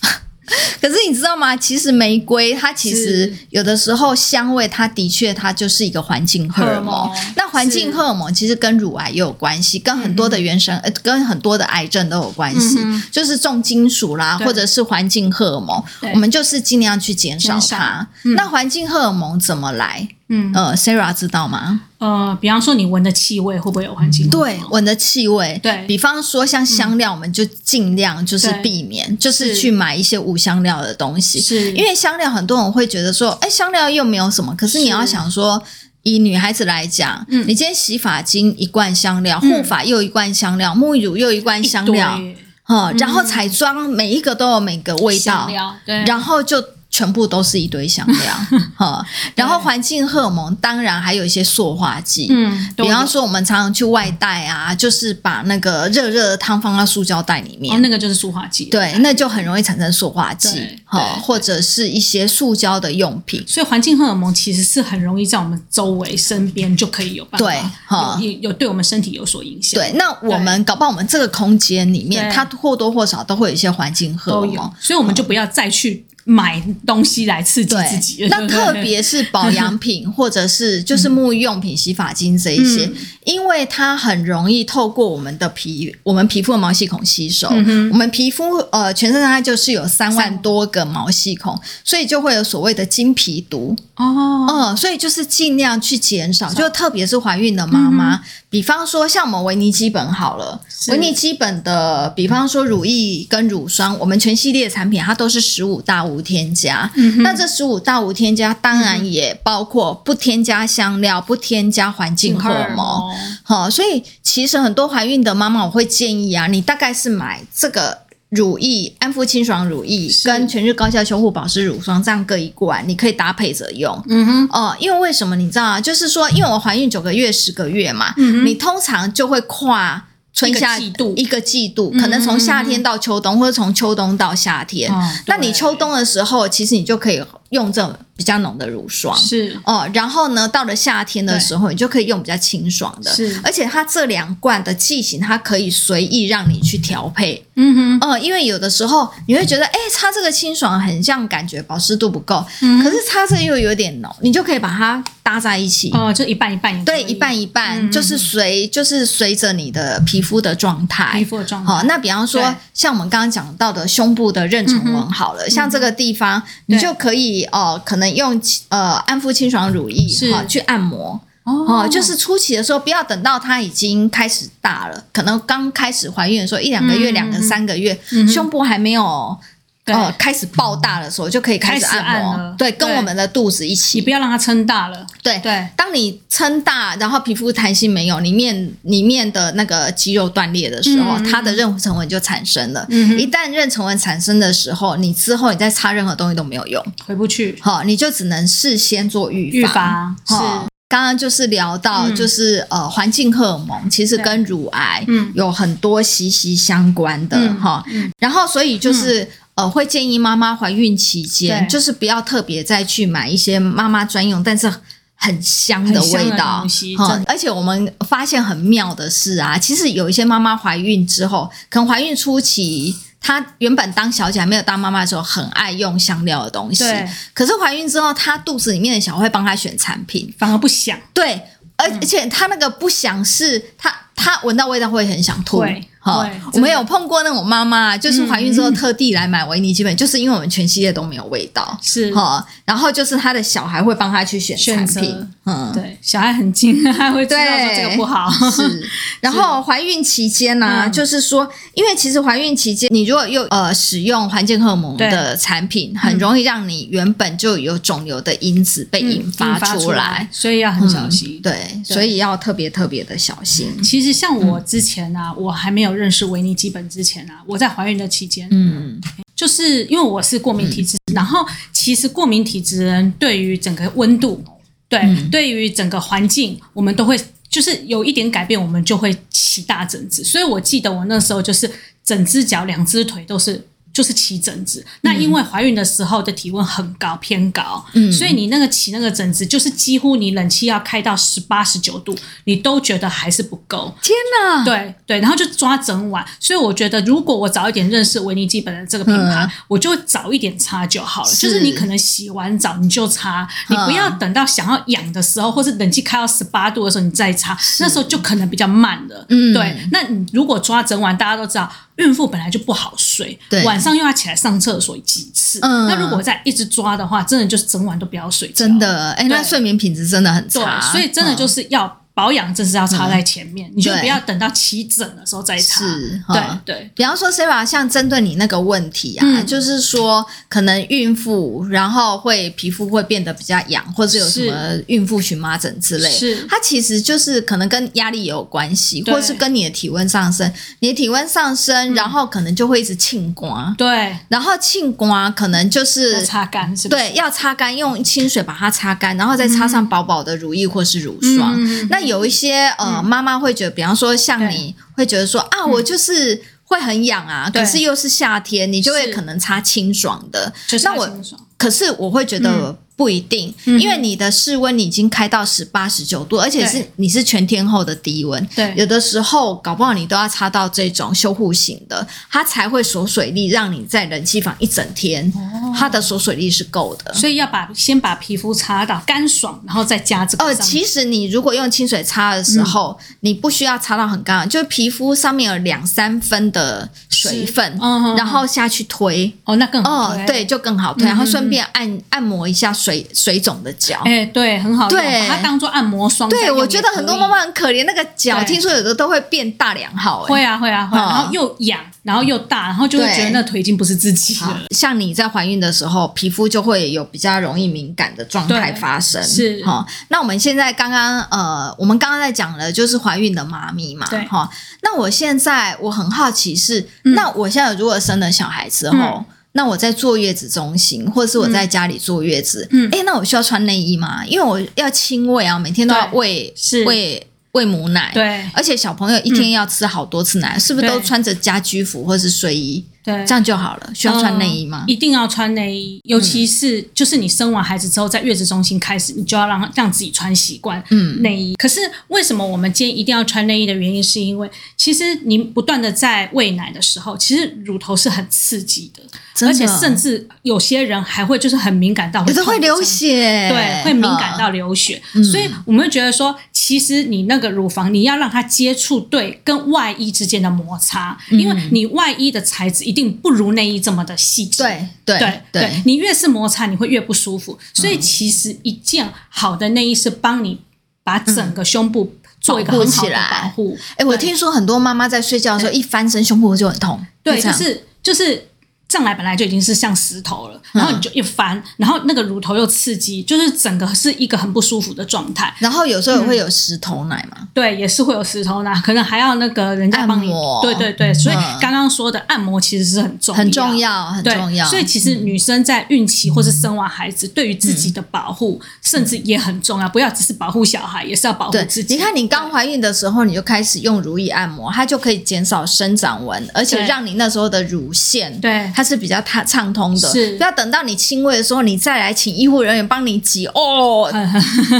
[SPEAKER 2] 可是你知道吗？其实玫瑰它其实
[SPEAKER 3] 是
[SPEAKER 2] 有的时候香味，它的确它就是一个环境荷尔
[SPEAKER 3] 荷尔
[SPEAKER 2] 蒙
[SPEAKER 3] 蒙。
[SPEAKER 2] 那环境
[SPEAKER 3] 是
[SPEAKER 2] 荷尔蒙其实跟乳癌也有关系，跟很多的原生、呃，跟很多的癌症都有关系，
[SPEAKER 3] 嗯
[SPEAKER 2] 就是重金属啦，
[SPEAKER 3] 对
[SPEAKER 2] 或者是环境荷尔蒙，
[SPEAKER 3] 对
[SPEAKER 2] 我们就是尽量去减少
[SPEAKER 3] 减少
[SPEAKER 2] 它。那环境荷尔蒙怎么来？
[SPEAKER 3] 嗯
[SPEAKER 2] 呃，Sarah 知道吗？
[SPEAKER 3] 呃，比方说你闻的气味会不会有环境？
[SPEAKER 2] 对，闻的气味，
[SPEAKER 3] 对
[SPEAKER 2] 比方说像香料，我们就尽量就是
[SPEAKER 3] 对
[SPEAKER 2] 避免，就是
[SPEAKER 3] 是
[SPEAKER 2] 去买一些无香料的东西，
[SPEAKER 3] 是
[SPEAKER 2] 因为香料很多人会觉得说，哎，香料又没有什么，可是你
[SPEAKER 3] 是
[SPEAKER 2] 要想说。以女孩子来讲，
[SPEAKER 3] 嗯
[SPEAKER 2] 你今天洗发精一罐香料，护发又一罐香料，沐浴乳又一罐香料，
[SPEAKER 3] 对
[SPEAKER 2] 哈、然后彩妆每一个都有每个味道
[SPEAKER 3] 嗯香，料，对，
[SPEAKER 2] 然后就全部都是一堆香料，
[SPEAKER 3] (laughs)
[SPEAKER 2] 哈、然后环境荷尔蒙当然还有一些塑化剂，
[SPEAKER 3] 嗯，都
[SPEAKER 2] 比方
[SPEAKER 3] 有
[SPEAKER 2] 说，我们常常去外带啊，就是把那个热热的汤放到塑胶袋里面，
[SPEAKER 3] 哦，那个就是塑化剂，
[SPEAKER 2] 对，那就很容易产生塑化剂
[SPEAKER 3] 对，
[SPEAKER 2] 哈，
[SPEAKER 3] 对
[SPEAKER 2] 或者是一些塑胶的用品，
[SPEAKER 3] 所以环境荷尔蒙其实是很容易在我们周围、身边就可以有办法，
[SPEAKER 2] 对哈
[SPEAKER 3] 有有有对我们身体有所影响，
[SPEAKER 2] 对，那我们搞不好我们这个空间里面，
[SPEAKER 3] 对
[SPEAKER 2] 它或多或少都会有一些环境荷
[SPEAKER 3] 都
[SPEAKER 2] 尔
[SPEAKER 3] 有
[SPEAKER 2] 蒙。，
[SPEAKER 3] 所以我们就不要再去买东西来刺激自己
[SPEAKER 2] 对，
[SPEAKER 3] 了。
[SPEAKER 2] 那
[SPEAKER 3] 对
[SPEAKER 2] 特别是保养品或者是就是沐浴用品、洗发精这一些，
[SPEAKER 3] 嗯
[SPEAKER 2] 因为它很容易透过我们的皮，我们皮肤的毛细孔吸收。
[SPEAKER 3] 嗯
[SPEAKER 2] 我们皮肤呃全身上下就是有三万多个毛细孔，所以就会有所谓的金皮毒。
[SPEAKER 3] 哦，
[SPEAKER 2] 嗯，所以就是尽量去减少，就特别是怀孕的妈妈，比方说像我们维尼基本好了，
[SPEAKER 3] 嗯是
[SPEAKER 2] 维尼基本的，比方说乳液跟乳霜，我们全系列产品它都是十五大无添加。
[SPEAKER 3] 嗯
[SPEAKER 2] 那这十五大无添加当然也包括不添加香料、不添加环境荷尔
[SPEAKER 3] 哦
[SPEAKER 2] 蒙。好、所以其实很多怀孕的妈妈，我会建议啊，你大概是买这个乳液、安肤清爽乳液
[SPEAKER 3] 是
[SPEAKER 2] 跟全日高效修护保湿乳霜这样各一罐，你可以搭配着用。
[SPEAKER 3] 嗯哼，
[SPEAKER 2] 哦，因为为什么你知道啊？就是说，因为我怀孕九个月、十个月嘛，你通常就会跨。春夏
[SPEAKER 3] 嗯一个季度嗯
[SPEAKER 2] 一个季度，可能从夏天到秋冬，或者从秋冬到夏天。
[SPEAKER 3] 哦
[SPEAKER 2] 那你
[SPEAKER 3] 对
[SPEAKER 2] 秋冬的时候，其实你就可以用这种比较浓的乳霜。
[SPEAKER 3] 是
[SPEAKER 2] 哦，然后呢，到了夏天的时候，你就可以用比较清爽的，
[SPEAKER 3] 是
[SPEAKER 2] 而且它这两罐的剂型，它可以随意让你去调配，
[SPEAKER 3] 嗯哼，
[SPEAKER 2] 嗯、因为有的时候你会觉得，哎，擦这个清爽很像感觉保湿度不够，
[SPEAKER 3] 嗯
[SPEAKER 2] 可是擦这个又有点浓，你就可以把它搭在一起，
[SPEAKER 3] 哦，就嗯一半一半也可以，
[SPEAKER 2] 对，一半一半，就是随就是随着你的皮肤的状态
[SPEAKER 3] 皮。肤的状态。
[SPEAKER 2] 好、那比方说
[SPEAKER 3] 对，嗯
[SPEAKER 2] 像我们刚刚讲到的胸部的妊娠纹，好了，像这个地方，你
[SPEAKER 3] 对
[SPEAKER 2] 就可以哦、呃可能用呃安肤清爽乳液
[SPEAKER 3] 是
[SPEAKER 2] 哈、去按摩哦、
[SPEAKER 3] 哦，
[SPEAKER 2] 就是初期的时候，不要等到它已经开始大了，可能刚开始怀孕的时候，一两个月、
[SPEAKER 3] 嗯
[SPEAKER 2] 两个、三个月，
[SPEAKER 3] 哼
[SPEAKER 2] 胸部还没有
[SPEAKER 3] 对
[SPEAKER 2] 呃开始爆大的时候，就可以开始
[SPEAKER 3] 开始
[SPEAKER 2] 按摩，
[SPEAKER 3] 按了
[SPEAKER 2] 对，跟
[SPEAKER 3] 对
[SPEAKER 2] 我们的肚子一
[SPEAKER 3] 你
[SPEAKER 2] 起
[SPEAKER 3] 不要让它撑大了。
[SPEAKER 2] 对
[SPEAKER 3] 对
[SPEAKER 2] 当你撑大，然后皮肤弹性没有，里面里面的那个肌肉断裂的时候，
[SPEAKER 3] 嗯
[SPEAKER 2] 它的妊娠纹就产生了。
[SPEAKER 3] 嗯哼
[SPEAKER 2] 一旦妊娠纹产生的时候，你之后你再擦任何东西都没有用，
[SPEAKER 3] 回不去，
[SPEAKER 2] 好、你就只能事先做预
[SPEAKER 3] 预
[SPEAKER 2] 防。
[SPEAKER 3] 防
[SPEAKER 2] 好
[SPEAKER 3] 是
[SPEAKER 2] 刚刚就是聊到，
[SPEAKER 3] 嗯
[SPEAKER 2] 就是、呃，环境荷尔蒙其实
[SPEAKER 3] 对
[SPEAKER 2] 跟乳癌
[SPEAKER 3] 嗯
[SPEAKER 2] 有很多息息相关的
[SPEAKER 3] 嗯
[SPEAKER 2] 哈、然后所以就是、呃，会建议妈妈怀孕期间，
[SPEAKER 3] 对
[SPEAKER 2] 就是不要特别再去买一些妈妈专用，但是。很香的
[SPEAKER 3] 很香
[SPEAKER 2] 味
[SPEAKER 3] 的
[SPEAKER 2] 道
[SPEAKER 3] 东西，
[SPEAKER 2] 哈
[SPEAKER 3] 真的
[SPEAKER 2] 而且我们发现很妙的是啊，其实有一些妈妈怀孕之后，可能怀孕初期，她原本当小姐还没有当妈妈的时候，很爱用香料的东西
[SPEAKER 3] 对，
[SPEAKER 2] 可是怀孕之后，她肚子里面的小孩会帮她选产品，
[SPEAKER 3] 反而不想。
[SPEAKER 2] 对，而而且他那个不想是他他闻到味道会很想吐
[SPEAKER 3] 会。
[SPEAKER 2] 哈
[SPEAKER 3] 会
[SPEAKER 2] 我们
[SPEAKER 3] 真的
[SPEAKER 2] 有碰过那种妈妈，就是怀孕之后特地来买维尼基本，就是因为我们全系列都没有味道。
[SPEAKER 3] 是
[SPEAKER 2] 哈，然后就是他的小孩会帮他去选产
[SPEAKER 3] 选择
[SPEAKER 2] 品，嗯，
[SPEAKER 3] 对，小孩很精，他会知道说
[SPEAKER 2] 对
[SPEAKER 3] 这个不好。
[SPEAKER 2] 是， (laughs) 然后怀孕期间呢、啊
[SPEAKER 3] 嗯
[SPEAKER 2] 就是说，因为其实怀孕期间，你如果又呃使用环境荷尔蒙的产品，很容易让你原本就有肿瘤的因子被引发
[SPEAKER 3] 嗯
[SPEAKER 2] 出来，，嗯
[SPEAKER 3] 所以要很小心。
[SPEAKER 2] 对，所以要特别特别的小心。
[SPEAKER 3] 其实像
[SPEAKER 2] 嗯
[SPEAKER 3] 我之前啊，我还没有认识维尼基本之前啊，我在怀孕的期间，
[SPEAKER 2] 嗯，
[SPEAKER 3] 就是因为我是过敏体质，然后其实过敏体质人对于整个温度，对，对于整个环境，我们都会就是有一点改变，我们就会起大疹子。所以我记得我那时候就是整只脚、两只腿都是。就是起疹子，那因为怀孕的时候的体温很高，偏高，所以你那个起那个疹子，就是几乎你冷气要开到十八、十九度，你都觉得还是不够，
[SPEAKER 2] 天哪，
[SPEAKER 3] 对对，然后就抓整晚。所以我觉得，如果我早一点认识维尼基本的这个品牌，
[SPEAKER 2] 嗯
[SPEAKER 3] 我就早一点擦就好了。
[SPEAKER 2] 是嗯
[SPEAKER 3] 就是你可能洗完澡你就擦，你不要等到想要痒的时候，或是冷气开到十八度的时候你再擦，那时候就可能比较慢了。
[SPEAKER 2] 嗯
[SPEAKER 3] 对。那你如果抓整晚，大家都知道。孕妇本来就不好睡
[SPEAKER 2] 对，
[SPEAKER 3] 晚上又要起来上厕所几次。
[SPEAKER 2] 嗯
[SPEAKER 3] 那如果再一直抓的话，真的就是整晚都不要睡觉。
[SPEAKER 2] 真的，哎、那
[SPEAKER 3] 对
[SPEAKER 2] 睡眠品质真的很差，哦
[SPEAKER 3] 对，所以真的就是要保养，真是要插在前面，你就
[SPEAKER 2] 嗯对
[SPEAKER 3] 不要等到起疹的时候再擦。
[SPEAKER 2] 是
[SPEAKER 3] 对
[SPEAKER 2] 嗯
[SPEAKER 3] 对
[SPEAKER 2] 比方说 Sarah，像针对你那个问题啊，
[SPEAKER 3] 嗯
[SPEAKER 2] 就是说可能孕妇然后会皮肤会变得比较痒，或者有什
[SPEAKER 3] 是
[SPEAKER 2] 么孕妇荨麻疹之类，
[SPEAKER 3] 是
[SPEAKER 2] 它其实就是可能跟压力也有关系，
[SPEAKER 3] 对嗯
[SPEAKER 2] 或是跟你的体温上升，你的体温上升，然后可能就会一直沁刮，
[SPEAKER 3] 对，
[SPEAKER 2] 然后沁刮可能就
[SPEAKER 3] 要
[SPEAKER 2] 是
[SPEAKER 3] 擦干是不是？
[SPEAKER 2] 对，要擦干，用清水把它擦干，然后再擦上薄薄的乳液或是乳霜。
[SPEAKER 3] 嗯
[SPEAKER 2] 那有一些呃，妈妈会觉得，比方说像你会觉得说啊，我就是。会很痒啊，
[SPEAKER 3] 嗯对
[SPEAKER 2] 可是又是夏天，你就会
[SPEAKER 3] 是
[SPEAKER 2] 可能擦清爽的。
[SPEAKER 3] 就是
[SPEAKER 2] 那
[SPEAKER 3] 要
[SPEAKER 2] 我
[SPEAKER 3] 清爽。
[SPEAKER 2] 可是我会觉
[SPEAKER 3] 嗯
[SPEAKER 2] 得不一定，因为你的室温已经开到十八、十九度，而且是
[SPEAKER 3] 对
[SPEAKER 2] 你是全天候的低温。
[SPEAKER 3] 对
[SPEAKER 2] 有的时候搞不好你都要擦到这种修护型的，它才会锁水力，让你在冷气房一整天，
[SPEAKER 3] 哦
[SPEAKER 2] 它的锁水力是够的。
[SPEAKER 3] 所以要把先把皮肤擦到干爽，然后再加这个
[SPEAKER 2] 呃，
[SPEAKER 3] 上面。嗯
[SPEAKER 2] 其实你如果用清水擦的时候，你不需要擦到很干，就是皮肤上面有两三分的水分，
[SPEAKER 3] 嗯嗯嗯
[SPEAKER 2] 然后下去推，
[SPEAKER 3] 哦，那更好
[SPEAKER 2] 哦、
[SPEAKER 3] 推。
[SPEAKER 2] 对，就更好推，然后顺便按按摩一下水水肿的脚。
[SPEAKER 3] 哎，对，很好用，
[SPEAKER 2] 对
[SPEAKER 3] 把它当做按摩霜在用
[SPEAKER 2] 对，
[SPEAKER 3] 也可以。
[SPEAKER 2] 我觉得很多妈妈很可怜，那个脚
[SPEAKER 3] 对
[SPEAKER 2] 听说有的都会变大两号、哎
[SPEAKER 3] 会啊会啊会啊，
[SPEAKER 2] 嗯
[SPEAKER 3] 然后又痒，然后又大，然后就会
[SPEAKER 2] 对
[SPEAKER 3] 觉得那腿已经不是自己
[SPEAKER 2] 好
[SPEAKER 3] 了。
[SPEAKER 2] 像你在怀孕的时候，皮肤就会有比较容易敏感的状态
[SPEAKER 3] 对
[SPEAKER 2] 发生。
[SPEAKER 3] 是
[SPEAKER 2] 好、那我们现在刚刚呃，我们刚刚在讲了就是怀孕的妈咪嘛，
[SPEAKER 3] 对
[SPEAKER 2] 哈、那我现在我很好奇是，那我现在如果生了小孩之后。
[SPEAKER 3] 嗯
[SPEAKER 2] 那我在坐月子中心，或者是我在家里坐月子，
[SPEAKER 3] 嗯
[SPEAKER 2] 哎、那我需要穿内衣吗？因为我要亲喂啊，每天都要
[SPEAKER 3] 对
[SPEAKER 2] 喂
[SPEAKER 3] 是
[SPEAKER 2] 喂喂母奶，
[SPEAKER 3] 对嗯
[SPEAKER 2] 而且小朋友一天要吃好多次奶，是不是都
[SPEAKER 3] 对
[SPEAKER 2] 穿着家居服或是睡衣？
[SPEAKER 3] 对
[SPEAKER 2] 这样就好了，需要穿内衣吗？
[SPEAKER 3] 一定要穿内衣，
[SPEAKER 2] 嗯
[SPEAKER 3] 尤其是就是你生完孩子之后，在月子中心开始，你就要让让自己穿习惯
[SPEAKER 2] 嗯
[SPEAKER 3] 内衣。可是为什么我们今天一定要穿内衣的原因，是因为其实您不断的在喂奶的时候，其实乳头是很刺激的，
[SPEAKER 2] 真的
[SPEAKER 3] 而且甚至有些人还会就是很敏感到
[SPEAKER 2] 有的
[SPEAKER 3] 痛
[SPEAKER 2] 会流血，
[SPEAKER 3] 对，会敏感
[SPEAKER 2] 嗯。
[SPEAKER 3] 到流血，所以我们会觉得说，其实你那个乳房，你要让它接触对跟外衣之间的摩擦，
[SPEAKER 2] 嗯
[SPEAKER 3] 因为你外衣的材质一定不如内衣这么的细致。
[SPEAKER 2] 对对
[SPEAKER 3] 对
[SPEAKER 2] 对，
[SPEAKER 3] 你越是摩擦，你会越不舒服。所以其实一件好的内衣是帮你把整个胸部做一个
[SPEAKER 2] 保护
[SPEAKER 3] 很好
[SPEAKER 2] 起
[SPEAKER 3] 的
[SPEAKER 2] 来
[SPEAKER 3] 保护。
[SPEAKER 2] 哎，我
[SPEAKER 3] 对
[SPEAKER 2] 听说很多妈妈在睡觉的时候一翻身，胸部就很痛，
[SPEAKER 3] 对，
[SPEAKER 2] 这
[SPEAKER 3] 就
[SPEAKER 2] 样
[SPEAKER 3] 是就是胀来本来就已经是像石头了，
[SPEAKER 2] 嗯
[SPEAKER 3] 然后你就一翻，然后那个乳头又刺激，就是整个是一个很不舒服的状态。
[SPEAKER 2] 然后有时候也
[SPEAKER 3] 嗯
[SPEAKER 2] 会有石头奶嘛，
[SPEAKER 3] 对，也是会有石头呢，可能还要那个人家帮
[SPEAKER 2] 按
[SPEAKER 3] 你
[SPEAKER 2] 摩。
[SPEAKER 3] 对对对，所以
[SPEAKER 2] 嗯
[SPEAKER 3] 刚刚说的按摩其实是很重
[SPEAKER 2] 很重。要，很
[SPEAKER 3] 对
[SPEAKER 2] 重要。嗯
[SPEAKER 3] 所以其实女生在孕期或是生完孩子，对于自己的保护、甚至也很重要，不要只是保护小孩，也是要保护
[SPEAKER 2] 对
[SPEAKER 3] 自，己。
[SPEAKER 2] 你看，你刚怀孕的时候，你就开始用乳液按摩，它就可以减少生长纹，而且
[SPEAKER 3] 对
[SPEAKER 2] 让你那时候的乳腺
[SPEAKER 3] 对
[SPEAKER 2] 它是比较畅畅通的。
[SPEAKER 3] 是
[SPEAKER 2] 不要等到你亲喂的时候，你再来请医护人员帮你挤
[SPEAKER 3] (laughs)
[SPEAKER 2] 哦。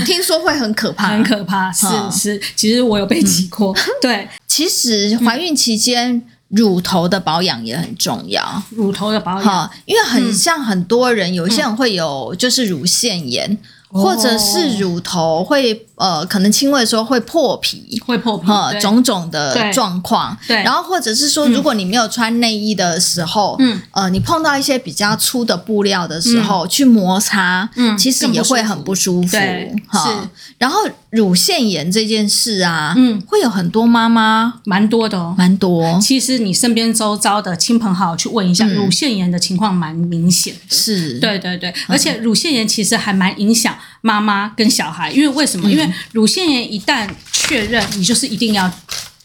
[SPEAKER 2] 听说会很可怕，
[SPEAKER 3] 很可怕，是
[SPEAKER 2] 嗯
[SPEAKER 3] 是，其实我有被挤过，
[SPEAKER 2] (laughs)
[SPEAKER 3] 对
[SPEAKER 2] 其实怀孕期间。乳头的保养也很重要，
[SPEAKER 3] 乳头的保养，
[SPEAKER 2] 哈，因为
[SPEAKER 3] 嗯
[SPEAKER 2] 很像很多人，有一些人会有就是乳腺炎，
[SPEAKER 3] 哦
[SPEAKER 2] 或者是乳头会呃，可能亲喂的时候会破皮，
[SPEAKER 3] 会破皮，
[SPEAKER 2] 呃
[SPEAKER 3] 对
[SPEAKER 2] 种种的
[SPEAKER 3] 对
[SPEAKER 2] 状况，
[SPEAKER 3] 对
[SPEAKER 2] 然后或者是说，如果你没有穿内衣的时候，
[SPEAKER 3] 嗯，
[SPEAKER 2] 呃，你碰到一些比较粗的布料的时候、去摩擦，
[SPEAKER 3] 嗯
[SPEAKER 2] 其实也会很不舒服，
[SPEAKER 3] 对
[SPEAKER 2] 哈。然后乳腺炎这件事啊，
[SPEAKER 3] 嗯，
[SPEAKER 2] 会有很多妈妈
[SPEAKER 3] 蛮多的哦。
[SPEAKER 2] 蛮多
[SPEAKER 3] 其实你身边周遭的亲朋好友去问一下，
[SPEAKER 2] 嗯
[SPEAKER 3] 乳腺炎的情况蛮明显的。
[SPEAKER 2] 是，
[SPEAKER 3] 对对对，而且乳腺炎其实还蛮影响妈妈跟小孩，因为为
[SPEAKER 2] 嗯
[SPEAKER 3] 什么？因为乳腺炎一旦确认，你就是一定要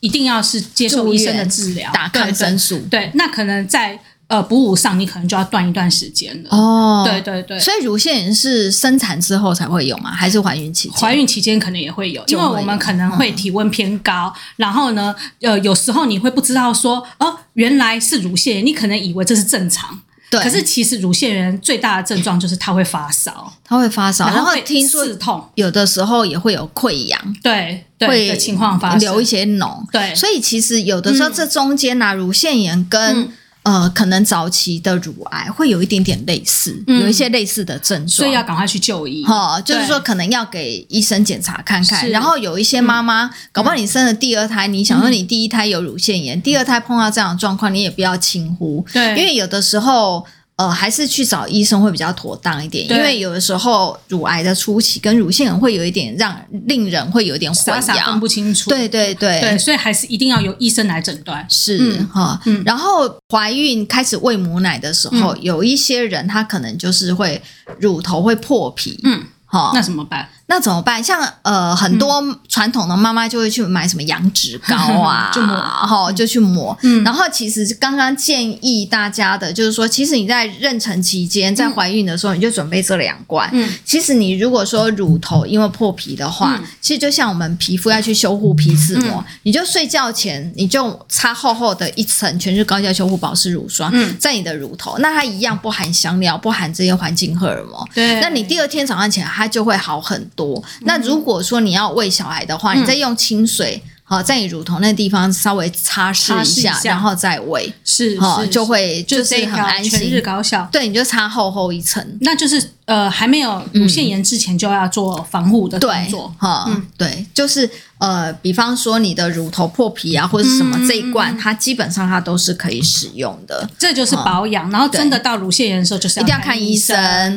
[SPEAKER 3] 一定要是接受医生的治疗，
[SPEAKER 2] 嗯打抗生素
[SPEAKER 3] 对对对，那可能在呃哺乳上，你可能就要断一段时间了。
[SPEAKER 2] 哦，
[SPEAKER 3] 对。对对。
[SPEAKER 2] 所以乳腺炎是生产之后才会有吗？还是怀孕期间？
[SPEAKER 3] 怀孕期间可能也会有，
[SPEAKER 2] 就
[SPEAKER 3] 因
[SPEAKER 2] 会
[SPEAKER 3] 为
[SPEAKER 2] 有嗯
[SPEAKER 3] 我们可能会体温偏高，然后呢，呃，有时候你会不知道说，哦，原来是乳腺炎，你可能以为这是正常，
[SPEAKER 2] 对，
[SPEAKER 3] 可是其实乳腺炎最大的症状就是它会发烧，
[SPEAKER 2] 它会发烧，哦然后
[SPEAKER 3] 会
[SPEAKER 2] 听说
[SPEAKER 3] 刺痛，
[SPEAKER 2] 有的时候也会有溃疡，
[SPEAKER 3] 对对
[SPEAKER 2] 会
[SPEAKER 3] 的情况发生，
[SPEAKER 2] 留一些脓。
[SPEAKER 3] 对嗯
[SPEAKER 2] 所以其实有的时候这中间啊，乳腺炎跟、呃可能早期的乳癌会有一点点类似，
[SPEAKER 3] 嗯
[SPEAKER 2] 有一些类似的症
[SPEAKER 3] 所
[SPEAKER 2] 状
[SPEAKER 3] 以。要赶快去就医。
[SPEAKER 2] 哈、就是
[SPEAKER 3] 对
[SPEAKER 2] 说可能要给医生检查看看，
[SPEAKER 3] 是嗯
[SPEAKER 2] 然后有一些妈妈，搞不好你生了第二胎，你想说你第一胎有乳腺炎，第二胎碰到这样的状况，你也不要轻忽，
[SPEAKER 3] 嗯对
[SPEAKER 2] 因为有的时候。呃，还是去找医生会比较妥当一点，因
[SPEAKER 3] 对
[SPEAKER 2] 为有的时候乳癌的初期跟乳腺炎会有一点让令人会有一点混
[SPEAKER 3] 傻傻分
[SPEAKER 2] 淆，
[SPEAKER 3] 不清楚，
[SPEAKER 2] 对哦对对，
[SPEAKER 3] 对，所以还是一定要由医生来诊断。
[SPEAKER 2] 是
[SPEAKER 3] 嗯嗯
[SPEAKER 2] 哈、然后怀孕开始喂母奶的时候，有一些人他可能就是会乳头会破皮，
[SPEAKER 3] 嗯，
[SPEAKER 2] 哈、
[SPEAKER 3] 那怎么办？
[SPEAKER 2] 那怎么办？像呃，很
[SPEAKER 3] 嗯
[SPEAKER 2] 多传统的妈妈就会去买什么羊脂膏啊，
[SPEAKER 3] (laughs) 就抹嗯
[SPEAKER 2] 然后就去抹。然后其实刚刚建议大家的就是说，其实你在妊娠期间，在怀孕的时候，你就准备这两罐。
[SPEAKER 3] 嗯
[SPEAKER 2] 其实你如果说乳头因为破皮的话，其实就像我们皮肤要去修护皮脂膜，
[SPEAKER 3] 嗯
[SPEAKER 2] 你就睡觉前你就擦厚厚的一层全是高效修护保湿乳霜，
[SPEAKER 3] 嗯
[SPEAKER 2] 在你的乳头，那它一样不含香料，不含这些环境荷尔蒙。
[SPEAKER 3] 对
[SPEAKER 2] 那你第二天早上起来，它就会好很多。
[SPEAKER 3] 嗯
[SPEAKER 2] 那如果说你要喂小孩的话，你再用清水。好，在你乳头那地方稍微擦拭
[SPEAKER 3] 擦
[SPEAKER 2] 一
[SPEAKER 3] 拭一
[SPEAKER 2] 下，
[SPEAKER 3] 下
[SPEAKER 2] 然后再喂，
[SPEAKER 3] 是
[SPEAKER 2] 哦
[SPEAKER 3] 是
[SPEAKER 2] 就会
[SPEAKER 3] 就
[SPEAKER 2] 就是
[SPEAKER 3] 这一
[SPEAKER 2] 很
[SPEAKER 3] 条
[SPEAKER 2] 安
[SPEAKER 3] 全日
[SPEAKER 2] 心。
[SPEAKER 3] 高效。
[SPEAKER 2] 对，你就擦厚厚一层，
[SPEAKER 3] 那就是呃，还没有乳腺炎之前就要做防护的动
[SPEAKER 2] 嗯对
[SPEAKER 3] 作，，嗯
[SPEAKER 2] 哈、对，就是呃，比方说你的乳头破皮啊，或者是什么、这一
[SPEAKER 3] 嗯
[SPEAKER 2] 罐，它基本上它都是可以使用的。
[SPEAKER 3] 这就是保养。然后真的到乳腺炎的时候，就是
[SPEAKER 2] 一
[SPEAKER 3] 一
[SPEAKER 2] 定要看医生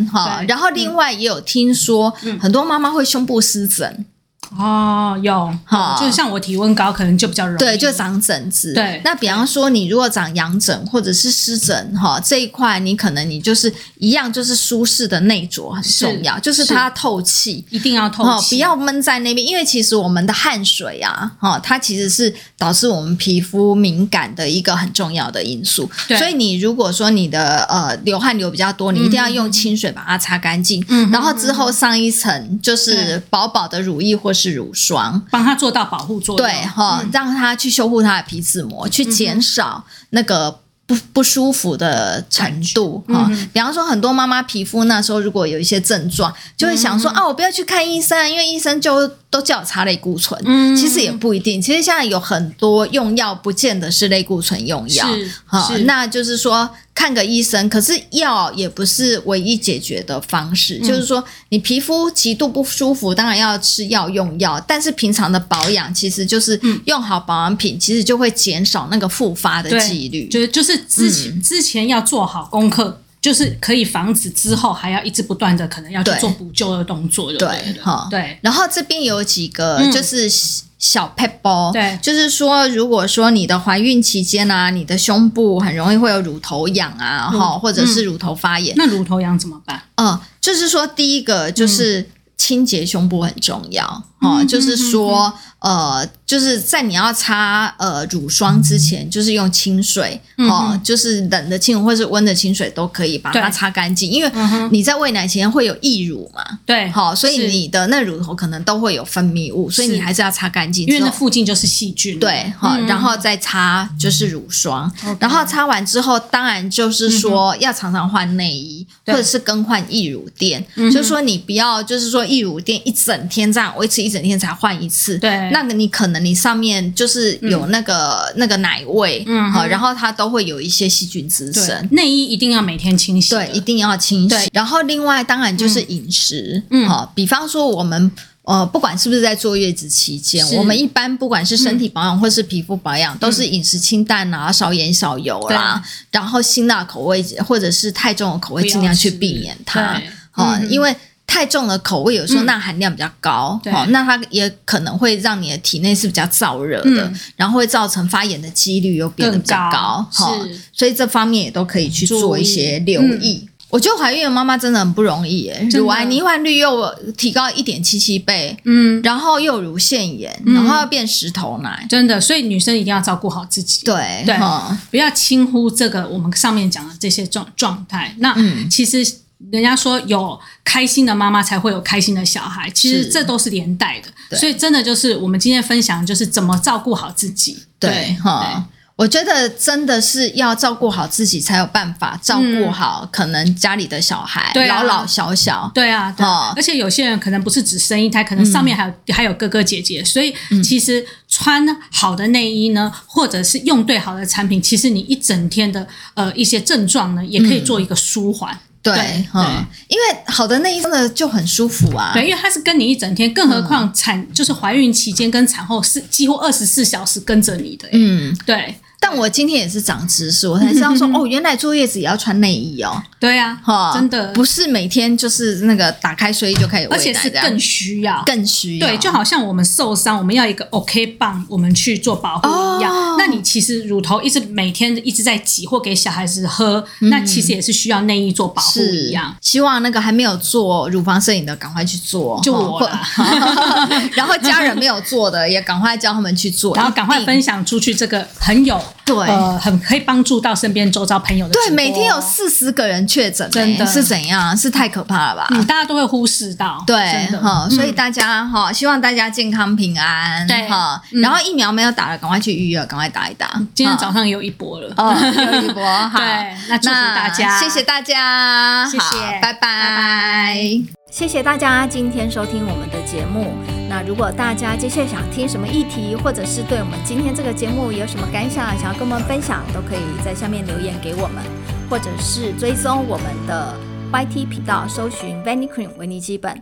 [SPEAKER 2] 哈，
[SPEAKER 3] 对嗯
[SPEAKER 2] 然后另外也有听说，很多妈妈会胸部湿疹，
[SPEAKER 3] 哦，有
[SPEAKER 2] 哈
[SPEAKER 3] 就是像我体温高，可能就比较容易
[SPEAKER 2] 对，就长疹子。
[SPEAKER 3] 嗯对
[SPEAKER 2] 那比方说你如果长痒疹或者是湿疹哈这一块，你可能你就是一样，就是舒适的内着很重要，就是它透气。
[SPEAKER 3] 一定要透
[SPEAKER 2] 哦，不
[SPEAKER 3] 气，
[SPEAKER 2] 要闷在那边，因为其实我们的汗水啊，哈、哦，它其实是导致我们皮肤敏感的一个很重要的因素。
[SPEAKER 3] 对
[SPEAKER 2] 所以你如果说你的呃流汗流比较多，你一定要用清水把它擦干净，
[SPEAKER 3] 嗯
[SPEAKER 2] 然后之后上一层就是薄薄的乳液或是乳霜。
[SPEAKER 3] 帮它做到保护作用。嗯
[SPEAKER 2] 对哈、让它去修护它的皮脂膜，去减少那个不不舒服的程度
[SPEAKER 3] 嗯
[SPEAKER 2] 哈、比方说，很多妈妈皮肤那时候如果有一些症状，就会想说、
[SPEAKER 3] 嗯
[SPEAKER 2] 啊，我不要去看医生，因为医生就都叫我擦类固醇。
[SPEAKER 3] 嗯
[SPEAKER 2] 其实也不一定，其实现在有很多用药不见得是类固醇用药
[SPEAKER 3] 是，
[SPEAKER 2] 哈
[SPEAKER 3] 是，
[SPEAKER 2] 那就是说看个医生，可是药也不是唯一解决的方式，
[SPEAKER 3] 嗯
[SPEAKER 2] 就是说你皮肤极度不舒服，当然要吃药用药，但是平常的保养其实就是用好保养品，其实就会减少那个复发的嗯
[SPEAKER 3] 对
[SPEAKER 2] 几率。
[SPEAKER 3] 就是就是之前、之前要做好功课，就是可以防止之后还要一直不断的可能要去
[SPEAKER 2] 对
[SPEAKER 3] 做补救的动作就
[SPEAKER 2] 对
[SPEAKER 3] 了
[SPEAKER 2] 哈
[SPEAKER 3] 对，
[SPEAKER 2] 然后这边有几个
[SPEAKER 3] 嗯
[SPEAKER 2] 就是小 p e b l
[SPEAKER 3] 对
[SPEAKER 2] 就是说，如果说你的怀孕期间啊，你的胸部很容易会有乳头痒啊，哈、
[SPEAKER 3] 嗯
[SPEAKER 2] 或者是乳头发炎，
[SPEAKER 3] 那乳头痒怎么办？
[SPEAKER 2] 嗯、就是说第一个
[SPEAKER 3] 嗯
[SPEAKER 2] 就是清洁胸部很重要，哈、就是说
[SPEAKER 3] 嗯
[SPEAKER 2] 呃，就是在你要擦呃乳霜之
[SPEAKER 3] 嗯
[SPEAKER 2] 前，就是用清水，哦、就是冷的清水或是温的清水都可以把它
[SPEAKER 3] 对嗯
[SPEAKER 2] 擦干净，因为
[SPEAKER 3] 哼
[SPEAKER 2] 你在喂奶前会有溢乳嘛，
[SPEAKER 3] 对，
[SPEAKER 2] 好，所以
[SPEAKER 3] 是
[SPEAKER 2] 你的那乳头可能都会有分泌物，所以你还是要擦干净
[SPEAKER 3] 因为
[SPEAKER 2] 之
[SPEAKER 3] 那
[SPEAKER 2] 后。
[SPEAKER 3] 附近就是细菌。
[SPEAKER 2] 对，哈、然后再擦就是乳霜
[SPEAKER 3] 嗯 OK 嗯
[SPEAKER 2] 然后擦完之后，当然就是说要常常换内衣，
[SPEAKER 3] 对嗯
[SPEAKER 2] 或者是更换溢乳垫，就是说你不要就是说溢乳垫一整天这样维持一整天才换一次，
[SPEAKER 3] 对
[SPEAKER 2] 那个你可能你上面就是有那个、那个奶味，
[SPEAKER 3] 嗯
[SPEAKER 2] 好，然后它都会有一些细菌滋
[SPEAKER 3] 对
[SPEAKER 2] 生，，
[SPEAKER 3] 内衣一定要每天清洗的。
[SPEAKER 2] 对，一定要清
[SPEAKER 3] 对
[SPEAKER 2] 洗。然后另外当然就是饮食，
[SPEAKER 3] 嗯
[SPEAKER 2] 好、比方说我们。呃，不管是不是在坐月子期间，
[SPEAKER 3] 是嗯
[SPEAKER 2] 我们一般不管是身体保养或是皮肤保养，都是饮食清淡啊，少盐少油啦，然后辛辣口味或者是太重的口味
[SPEAKER 3] 不要
[SPEAKER 2] 尽量去
[SPEAKER 3] 吃嗯
[SPEAKER 2] 避免它
[SPEAKER 3] 对。
[SPEAKER 2] 好、因为太重的口味有时候钠含量比较高，
[SPEAKER 3] 对
[SPEAKER 2] 好、那它也可能会让你的体内是比较燥热的，
[SPEAKER 3] 嗯
[SPEAKER 2] 然后会造成发炎的几率又变得比较高
[SPEAKER 3] 更高，
[SPEAKER 2] 好
[SPEAKER 3] 是
[SPEAKER 2] 所以这方面也都可以去做一些留意。我觉得怀孕的妈妈真的很不容易耶，
[SPEAKER 3] 嗯的
[SPEAKER 2] 乳癌罹患率又提高一点七七倍，
[SPEAKER 3] 嗯，
[SPEAKER 2] 然后又有乳腺炎，然后要变石头奶，
[SPEAKER 3] 真的，所以女生一定要照顾好自己。
[SPEAKER 2] 对
[SPEAKER 3] 对
[SPEAKER 2] 哈
[SPEAKER 3] 不要轻忽这个我们上面讲的这些状状态。那、
[SPEAKER 2] 嗯
[SPEAKER 3] 其实人家说有开心的妈妈才会有开心的小孩，其实
[SPEAKER 2] 是
[SPEAKER 3] 这都是连带的。
[SPEAKER 2] 对
[SPEAKER 3] 所以真的就是我们今天分享就是怎么照顾好自己。
[SPEAKER 2] 对哈。我觉得真的是要照顾好自己，才有办法照顾好可能家里的小孩，
[SPEAKER 3] 嗯对啊
[SPEAKER 2] 老老小小，
[SPEAKER 3] 对啊，对啊
[SPEAKER 2] 哦嗯
[SPEAKER 3] 而且有些人可能不是只生一胎，可能上面还有、还有哥哥姐姐，所以其实穿好的内衣呢，或者是用对好的产品，其实你一整天的呃一些症状呢，也可以
[SPEAKER 2] 嗯
[SPEAKER 3] 做一个舒缓。
[SPEAKER 2] 对
[SPEAKER 3] 对，
[SPEAKER 2] 哈，因为好的内衣真的就很舒服啊，
[SPEAKER 3] 对，因为它是跟你一整天，更何
[SPEAKER 2] 嗯
[SPEAKER 3] 况产、就是怀孕期间跟产后是几乎二十四小时跟着你的、欸。
[SPEAKER 2] 嗯。
[SPEAKER 3] 对，
[SPEAKER 2] 但我今天也是长知识，我才知
[SPEAKER 3] (laughs)
[SPEAKER 2] 道说，哦，原来坐月子也要穿内衣哦，
[SPEAKER 3] 对啊，
[SPEAKER 2] 哈，
[SPEAKER 3] 真的，
[SPEAKER 2] 不是每天就是那个打开睡衣就开始喂
[SPEAKER 3] 而
[SPEAKER 2] 奶
[SPEAKER 3] 且是
[SPEAKER 2] 这样
[SPEAKER 3] 更需要。
[SPEAKER 2] 更需要，
[SPEAKER 3] 对，就好像我们受伤，我们要一个 OK 棒，我们去做保护一样。
[SPEAKER 2] 哦
[SPEAKER 3] 那你其实乳头一直每天一直在挤，或给小孩子喝，那其实也是需要内衣做保护
[SPEAKER 2] 嗯是
[SPEAKER 3] 一样。。
[SPEAKER 2] 希望那个还没有做乳房摄影的，赶快去做，
[SPEAKER 3] 就
[SPEAKER 2] 哈
[SPEAKER 3] 我啦
[SPEAKER 2] 或 (laughs) 然后家人没有做的，也赶快叫他们去做，
[SPEAKER 3] 然后赶快
[SPEAKER 2] 一定
[SPEAKER 3] 分享出去，这个很有
[SPEAKER 2] 对
[SPEAKER 3] 呃，很可以帮助到身边周遭朋友的直播。
[SPEAKER 2] 对，每天有四十个人确诊、欸，
[SPEAKER 3] 真的
[SPEAKER 2] 是怎样？是太可怕了吧？
[SPEAKER 3] 嗯，大家都会忽视到，
[SPEAKER 2] 对
[SPEAKER 3] 真的嗯
[SPEAKER 2] 哈，所以大家哈，希望大家健康平安，
[SPEAKER 3] 对
[SPEAKER 2] 哈。然后疫苗没有打的，赶快去预约，赶快打一打。
[SPEAKER 3] 今天
[SPEAKER 2] 哈
[SPEAKER 3] 早上有一波了。
[SPEAKER 2] 哦，刘一博，好，
[SPEAKER 3] (laughs) 对那祝福大家
[SPEAKER 2] 谢谢大家，
[SPEAKER 3] 谢谢
[SPEAKER 2] 好拜拜
[SPEAKER 3] 拜
[SPEAKER 1] 谢谢大家今天收听我们的节目。那如果大家接下来想听什么议题，或者是对我们今天这个节目有什么感想，想要跟我们分享，都可以在下面留言给我们，或者是追踪我们的 YT 频道，搜寻 Vanny Cream 维尼基本，